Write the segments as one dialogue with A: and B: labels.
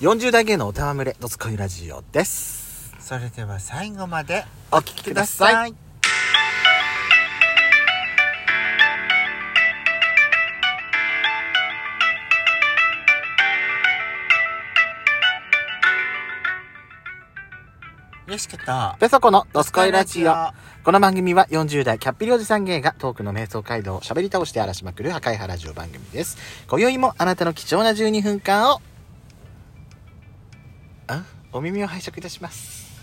A: 40代芸能おたまむれ、ドスコイラジオです。
B: それでは最後まで
A: お聞きください。
B: いよしかと
A: ペソコのドスコイラジオ。
B: は
A: この番組は40代キャッピリおじさん芸がトークの瞑想街道を喋り倒して荒らしまくる破壊派ラジオ番組です。今宵もあなたの貴重な12分間を、あお耳を拝借いたします。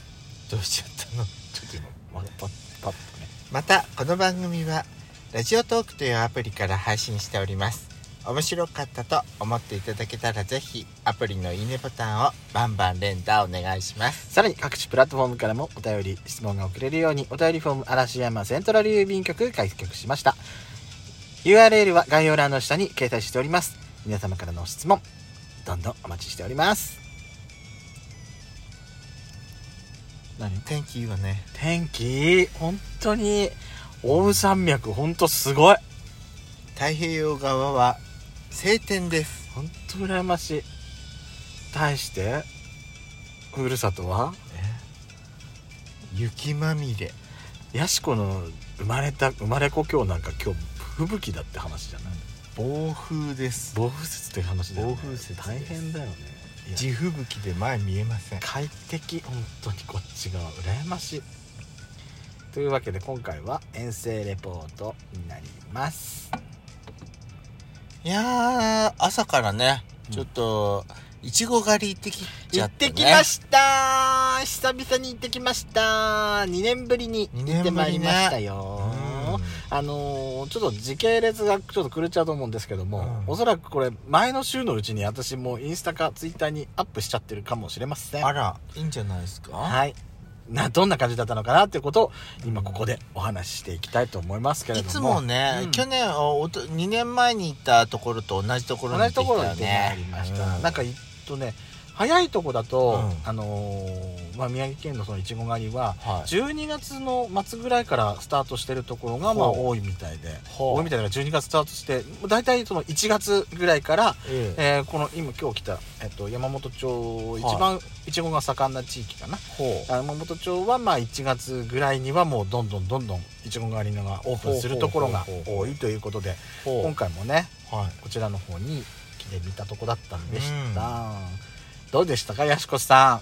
A: どうしちゃったのちょっと今、まだパッ、パッとね。
B: またこの番組はラジオトークというアプリから配信しております面白かったと思っていただけたらぜひアプリのいいねボタンをバンバン連打お願いします
A: さらに各種プラットフォームからもお便り、質問が送れるようにお便りフォーム嵐山セントラル郵便局開局しました。URL は概要欄の下に掲載しております。皆様からの質問、どんどんお待ちしております。何
B: 天気いいわね
A: 天気本当に、奥羽山脈本当すごい。
B: 太平洋側は晴天です
A: 本当羨ましい。対して、ふるさとは
B: 雪まみれ
A: ヤシコの生まれた生まれ故郷なんか今日吹雪だって話じゃない
B: 暴風です
A: 暴風雪って話だよね
B: 暴風雪です
A: 大変だよねいや
B: 地吹雪で前見えません
A: 快適本当にこっち側羨ましいというわけで今回は遠征レポートになります
B: いやー朝からね、
A: うん
B: ちょっといちご狩り行ってきち
A: 行
B: ゃっ、
A: った
B: ね、
A: てきましたー久々に行ってきましたー2年ぶりに行ってまいりましたよーあのーちょっと時系列がちょっと狂っちゃうと思うんですけども、
B: うん
A: おそらくこれ前の週のうちに私もうインスタかツイッターにアップしちゃってるかもしれませ
B: うんんあらいいんじゃないですか
A: はいなどんな感じだったのかなっていうことを今ここでお話ししていきたいと思いますけれ
B: い
A: ども
B: つもね、
A: うん
B: 去年おと2年前に行ったところと同じところに
A: 同
B: 行っ
A: じ
B: て
A: と
B: き
A: ころに
B: た
A: 行っ
B: よ
A: て
B: ね
A: まいりました、
B: うん
A: なんかえっとね早いとこだと、
B: うん
A: あのーまあ、宮城県のそのいちご狩りは
B: はい
A: 12月の末ぐらいからスタートしてるところがまあ
B: ほう
A: 多いみたいで
B: ほう
A: 多いみたいな12月スタートして大体その1月ぐらいから、
B: ええ
A: えーこの今今日来た、えっと、山本町一番いちごが盛んな地域かな
B: ほう
A: 山本町はまあ1月ぐらいにはもうどんどんどんどんいちご狩りのがオープンするところが
B: ほうほうほうほ
A: 多
B: う
A: いということで
B: ほ
A: 今回もね
B: うはい
A: こちらの方に来てみたとこだったんでした、どうでしたかやしこさ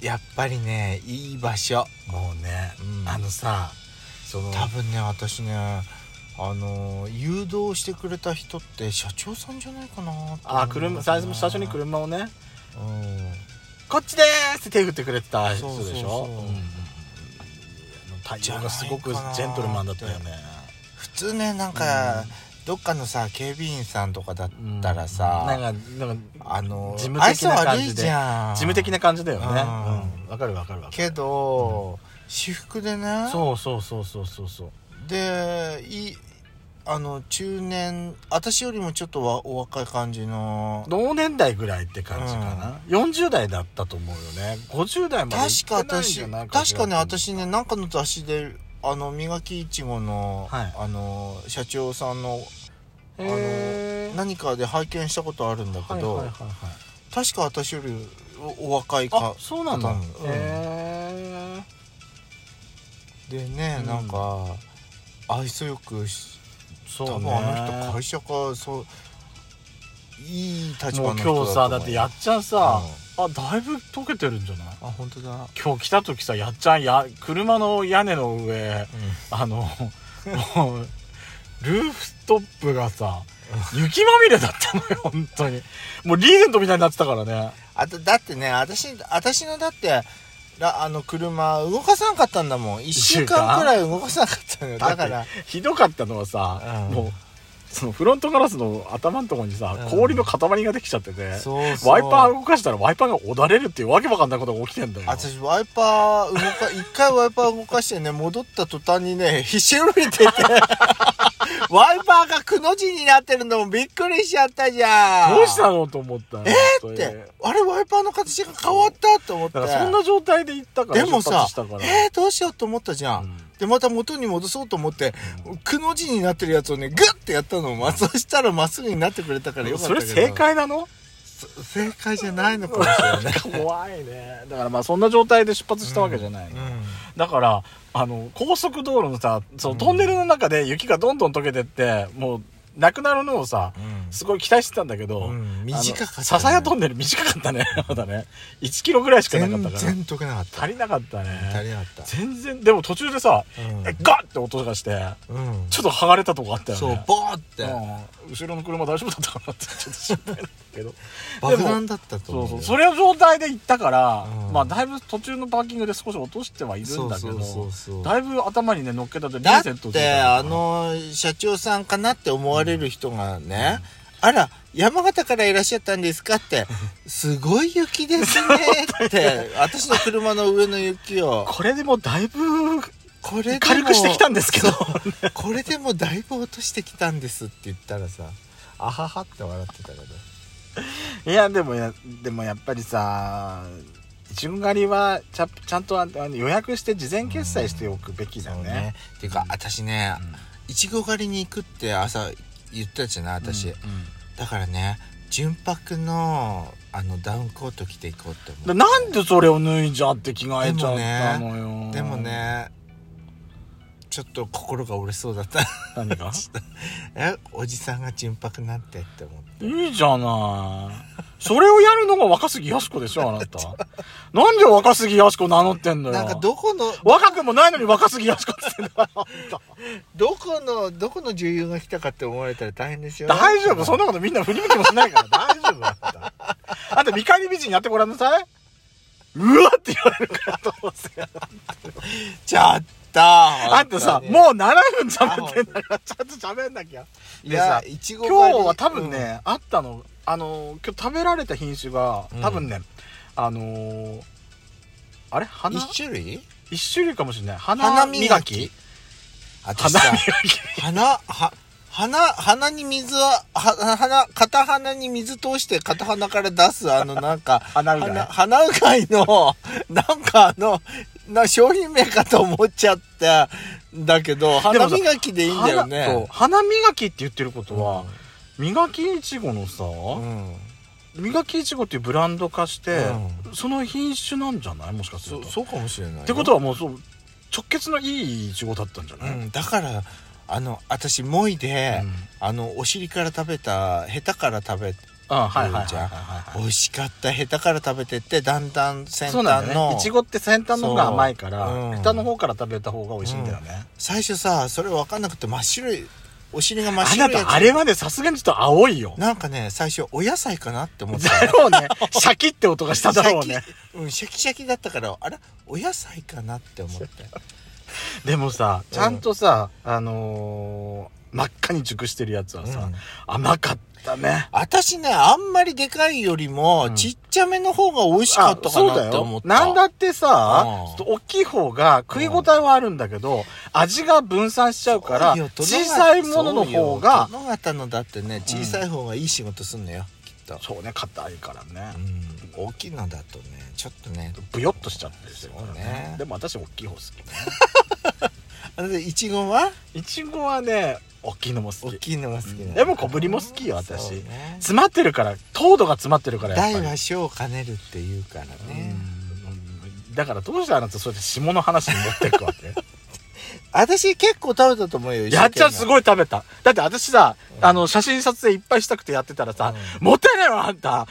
B: やっぱりねいい場所、
A: んもうね、
B: うん
A: あのさその
B: 多分ね私ねあのー誘導してくれた人って社長さんじゃないかな
A: あ車最初最初に
B: る
A: 車をね
B: うん
A: 「こっちでーす!」って手振ってくれてた人
B: そうそうそう
A: でしょうんうんうんいやあの対応がすごくジェントルマンだったよね
B: 普通ねなんか、
A: うん
B: どっかのさ警備員さんとかだったらさ、
A: なんかなんか
B: あの
A: 事務的な感じで
B: 愛想悪いじゃん
A: 事務的な感じだよね
B: う
A: うんんわ、かるわかるわかる
B: けど、私服でね
A: そうそうそうそうそうそう
B: でいあの中年私よりもちょっとわお若い感じの
A: 同年代ぐらいって感じかな、40代だったと思うよね50代まで
B: 確か
A: 行ってないん
B: 私
A: じゃないかし
B: 確
A: ら
B: かね私ねなんかの雑誌であの磨きいちごの、
A: はい
B: あの社長さんの
A: へー
B: 何かで拝見したことあるんだけど、
A: はいはいはいはい
B: 確か私よりおお若い
A: あ
B: か
A: そうなんだ
B: 方
A: へ
B: なのうん
A: え
B: でね、
A: うん
B: なんか愛想よくし
A: そ
B: 多
A: うね
B: 分あの人会社かそういい立
A: も
B: 場の
A: う
B: 人だと思う
A: 今日さだってやっちゃんさ、あだいぶ溶けてるんじゃない
B: あ本当だ、
A: 今日来た時さやっちゃんや車の屋根の上あのもうルーフトップが さ雪まみれだったのよ本当にもうリーゼントみたいになってたからね
B: あとだってね私私のだってらあの車動かさなかったんだもん1週間くらい動かさなかったのよだから
A: ってひどかったのはさ、
B: うん
A: もうそのフロントガラスの頭のところにさ、
B: うん
A: 氷の塊ができちゃってて
B: そう
A: ワイパー動かしたらワイパーがおだれるっていうわけわかんないことが起きてんだよ
B: 私ワイパー動か一回ワイパー動かしてね戻った途端にねひしおり ててワイパーがくの字になってるのもびっくりしちゃったじゃん
A: どうしたのと思ったえ
B: えってあれワイパーの形が変わったと思って
A: だからそんな状態で行ったから
B: でも
A: 出
B: さ
A: 発したから
B: えー、どうしようと思ったじゃん、
A: うん
B: でまた元に戻そうと思って、くの字になってるやつをねグッてやったのまあそしたらまっすぐになってくれたからよかっ
A: そ
B: たけ
A: れ
B: ど
A: 正解なの
B: そ正解じゃないのかもしれない
A: 怖いねだからまあそんな状態で出発したわけじゃない、
B: うん
A: だからあの高速道路のさそのトンネルの中で雪がどんどん溶けてってもうなくなるのをさ
B: うん
A: すごい期待してたんだけど、
B: うん短かったね
A: ささやトンネル短かったね まだね1キロぐらいしかなか
B: 全
A: った
B: 然
A: から
B: 解けなかった
A: 足りなかった
B: 足
A: ね
B: りなかった
A: 全然でも途中でさ、
B: うん
A: えガッって音がして
B: うん
A: ちょっと剥がれたとこあったよね
B: そうボーって
A: うん後ろの車大丈夫だったかなってちょっと心配だけ ど
B: 爆弾だったと
A: そ
B: 思
A: う
B: う
A: そ
B: よ
A: うそれの状態で行ったから、
B: うん
A: まあだいぶ途中のパーキングで少し落としてはいるんだけど
B: そうそうそうそう
A: だいぶ頭にね乗っけたってリ
B: だ
A: セ
B: っ
A: ット
B: てあの社長さんかなって思われる人がね、あら山形からいらっしゃったんですかって すごい雪ですねって私の車の上の雪を
A: これでもだいぶ
B: これでも
A: 軽くしてきたんですけど
B: これでもだいぶ落としてきたんですって言ったらさあははって笑ってたけど
A: いやでもやでもやっぱりさいちご狩りはちゃちゃんとあの予約して事前決済しておくべきだ
B: そう
A: ね
B: ね。っていうか私ね
A: うん
B: いちご狩りに行くって朝言ったじゃない私、
A: うん
B: だからね純白のあのダウンコート着ていこうって思
A: で
B: う
A: なんでそれを脱いじゃって着替えちゃったのよ。
B: でもねちょっと心が折れそうだった
A: 何が
B: えおじさんが純白なんてって思って
A: いいじゃない。それをやるのが若杉靖子でしょ、 あなた。なんで若杉靖子名乗ってんのよ。
B: なんかどこの
A: 若くもないのに若杉靖子って言ってんだよ、
B: どこのどこの女優が来たかって思われたら大変です
A: あ
B: よ
A: んた。大丈夫、そんなことみんな振り向きもしないから大丈夫だった。あんた見返り美人やってごらんなさい。うわって言われるからどうせ。
B: ちゃった
A: あんたさ、
B: う
A: もう7分喋ってんだから、ちゃんと喋んなきゃ。
B: い
A: でさ
B: やいちご
A: 今
B: 狩り
A: 日は多分、ね、あったのあの今日食べられた品種が
B: うん
A: 多分ね、あのーあれ
B: うん
A: 花
B: 一種類
A: 一種類かもしれない花
B: 花
A: 磨
B: 磨
A: き
B: き
A: 花
B: 私
A: 磨
B: さ
A: き
B: 鼻は鼻鼻に水はは鼻片鼻に水通して片鼻から出すあのなんか
A: 鼻うがい
B: 鼻鼻うがいの なんかあのな商品名かと思っちゃったんだけど
A: でも
B: 鼻
A: さ
B: 磨きでいいんだよね
A: 花そう花磨きって言ってることは、磨きいちごのさ、
B: うん
A: 磨きいちごっていうブランド化して、その品種なんじゃないもしかする
B: そ
A: と
B: そうかもしれないよ
A: ってことはもうそう直結のいいいちごだったんじゃ
B: う
A: ない、
B: んだからあの私もいで、
A: うん
B: あのお尻から食べたヘタから食べて
A: あはいはいはい
B: じ
A: はい
B: ゃん
A: はい
B: 美味しかったヘタから食べてってだんだん先
A: そうなん
B: 端
A: だよ
B: の、
A: ねいちごって先端の方が甘いから、
B: そううん
A: 下の方から食べた方が美味しいんだよね、
B: 最初さそれ分かんなくて真っ白いお尻が真っ
A: あ
B: 白
A: ない
B: や
A: た
B: つ
A: あれはねさすがにちょっと青いよ
B: なんかね最初お野菜かなって思 っ
A: だ
B: た
A: ろうねシャキって音がしただろうね
B: シャキうんシャキシャキだったからあらお野菜かなって思って
A: でもさちゃんとさ、あのー真っ赤に熟してるやつはさ、
B: うん
A: 甘かったね
B: 私ねあんまりでかいよりも、
A: うん
B: ちっちゃめの方が美味しかったか
A: そうだ
B: なって思
A: よ
B: った
A: なんだってさ、
B: うん
A: ちょっと大きい方が食い応えはあるんだけど、味が分散しちゃうから
B: そうよ
A: 小さいものの方が
B: そうよ殿方のだってね小さい方がいい仕事すんのよ、きっと、
A: そうね硬いからね、
B: うん、大きいのだとねちょっとね
A: ブヨっとしちゃってるよ
B: そう
A: ね
B: ね
A: でも私大きい方好きね
B: あれでいちごはい
A: ちごはね大きいのも好
B: 大
A: き
B: きいのが好きなの
A: でも小ぶりも好きよ私、
B: そうね
A: 詰まってるから糖度が詰まってるからやっぱり
B: 大は小を兼ねるって言うからね、
A: うんだからどうしてあなたそれで下の話に持ってくわけ
B: 私結構食べたと思うよ
A: やっちゃんす
B: い
A: ごい食べただって私さ、あの写真撮影いっぱいしたくてやってたらさ、もったいないわあんた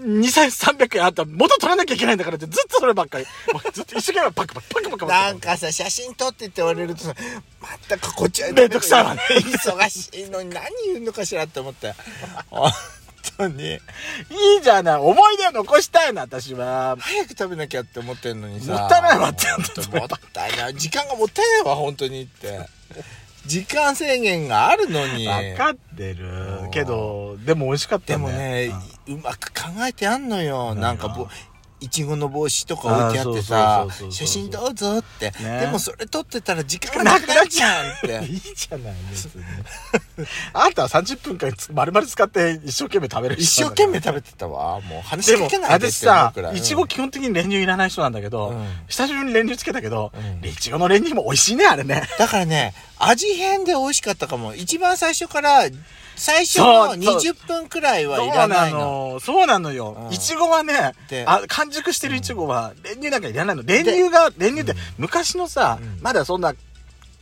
A: 2300円あんた元取らなきゃいけないんだからってずっとそればっかりもうずっと一生懸命パクパクパクパクパク
B: なんかさ写真撮ってって言われるとさ全くこっちは
A: めんどくさいわね
B: 忙しいのに何言うのかしらって思ったよ本当に
A: いいじゃない思い出を残したいの私は
B: 早く食べなきゃって思ってんのにさ
A: もったいないわってやった
B: 本当もったいない時間がもったいないわ本当にって時間制限があるのに
A: 分かってる
B: うん
A: けどでも美味しかった
B: で
A: ね
B: もね
A: うん、
B: うまく考えてあんのよ。
A: 何が
B: なんかぼ、いちごの帽子とか置いてあって
A: あー
B: さ
A: そうそうそうそ、う
B: 写真どうぞって。
A: ね
B: でもそれ撮ってたら時間がなくなっちゃうっ
A: い
B: て。
A: いじゃない別 にあんたは30分間つ丸々使って一生懸命食べる
B: 一
A: 人
B: 生
A: なんだよ
B: 懸命食べてたわ。もう話
A: で
B: しか
A: も
B: けないで
A: 私
B: って思
A: さ
B: うくらい。
A: いちご基本的に練乳いらない人なんだけど、
B: うん
A: 久しぶりに練乳つけたけど
B: うん
A: いちごの練乳も美味しいねあれね
B: だからね、味変で美味しかったかも。一番最初から最初の20分くらいはいらないの。
A: そうなのよ
B: う。ん
A: いちごはね
B: で、
A: あ、完熟してるいちごは、練乳なんかいらないの。練乳が、練乳って
B: うん、
A: 昔のさ
B: うん、
A: まだそんな、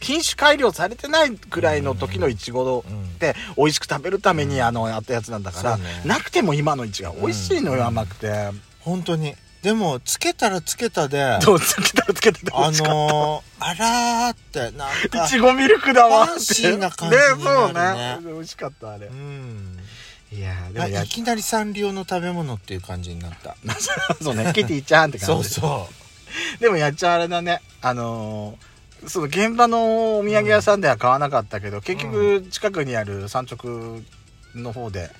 A: 品種改良されてないくらいの時のいちご
B: うん
A: で、美味しく食べるため
B: う
A: に、
B: ん
A: あの、やったやつなんだから
B: そうね、
A: なくても今のいちごは美味しいの
B: うん
A: よ、甘くて。
B: 本当に。でも、つけたらつけたで、あ
A: どうつけたらつけてて美味しかっ
B: のー、あらーって、なん
A: た。
B: か
A: い、ちごミルクだわって。
B: ファンシーな感じになるね
A: ね、そうね。美味しかった、あれ
B: う。ん。
A: いやーで
B: あ
A: もや
B: いきなりサンリオの食べ物っていう感じになった。
A: そうね、キティちゃんって感じ。
B: そうそう。
A: でもやっちゃんあれだねあのーその現場のお土産屋さんでは買わなかったけど、結局近くにある産直の方で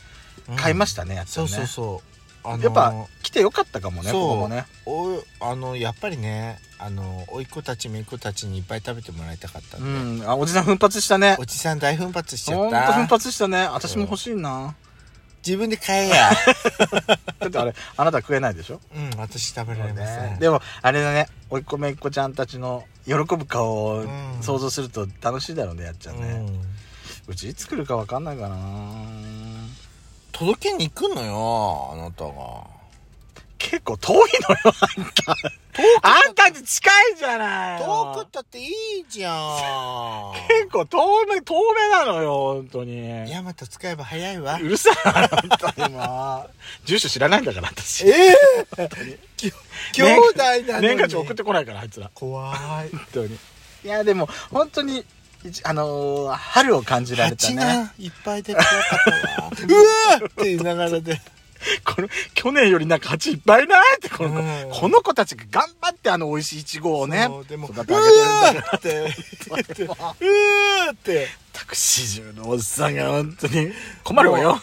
A: 買いま
B: し
A: したね、やっちゃ
B: そ
A: ん
B: う
A: ね
B: そうそう。あのー
A: やっぱ来てよかったかもね
B: そう
A: ここもね
B: おいあのやっぱりねあの甥っ子たち姪っ子たちにいっぱい食べてもらいたかったん
A: う
B: で、
A: んあおじさん奮発したね
B: おじさん大奮発しちゃ
A: ほ
B: っ
A: んと奮
B: た
A: 発したね私も欲しいな
B: 自分で買え や
A: だってあれあなた食えないでしょ
B: うん私食べられません、
A: でもあれだねおいっ子めいっ子ちゃんたちの喜ぶ顔を
B: うん
A: 想像すると楽しいだろうねやっちゃん
B: う
A: ね、
B: ん
A: うちいつ来るか分かんないかな
B: 届けに行くのよあなたが
A: 結構遠いのよあんたに近いじゃない
B: 遠くったっていいじ ゃん
A: 結構遠め、遠めなのよ、本当に。
B: ヤマト使えば早いわ
A: うるさいな、本当にもう。 住所知らないんだから、私。
B: ええき 兄弟なのに
A: 年賀状送ってこないから、あいつら。
B: 怖い
A: 本当に。いや、でも、本当に、いちあのー春を感じられた
B: 蜂
A: ね。
B: がいっぱい出てよか ったわうわーって言いながらで
A: この、去年よりなんか蜂いっぱいないって、この子、
B: うん
A: この子たちが頑張ってあの美味しいイチゴをね
B: そう、でも、う
A: 育
B: わ
A: てあげてるんだから。
B: ーって、
A: でも
B: うーって、
A: タクシー中のおっさんが本当に困るわよ。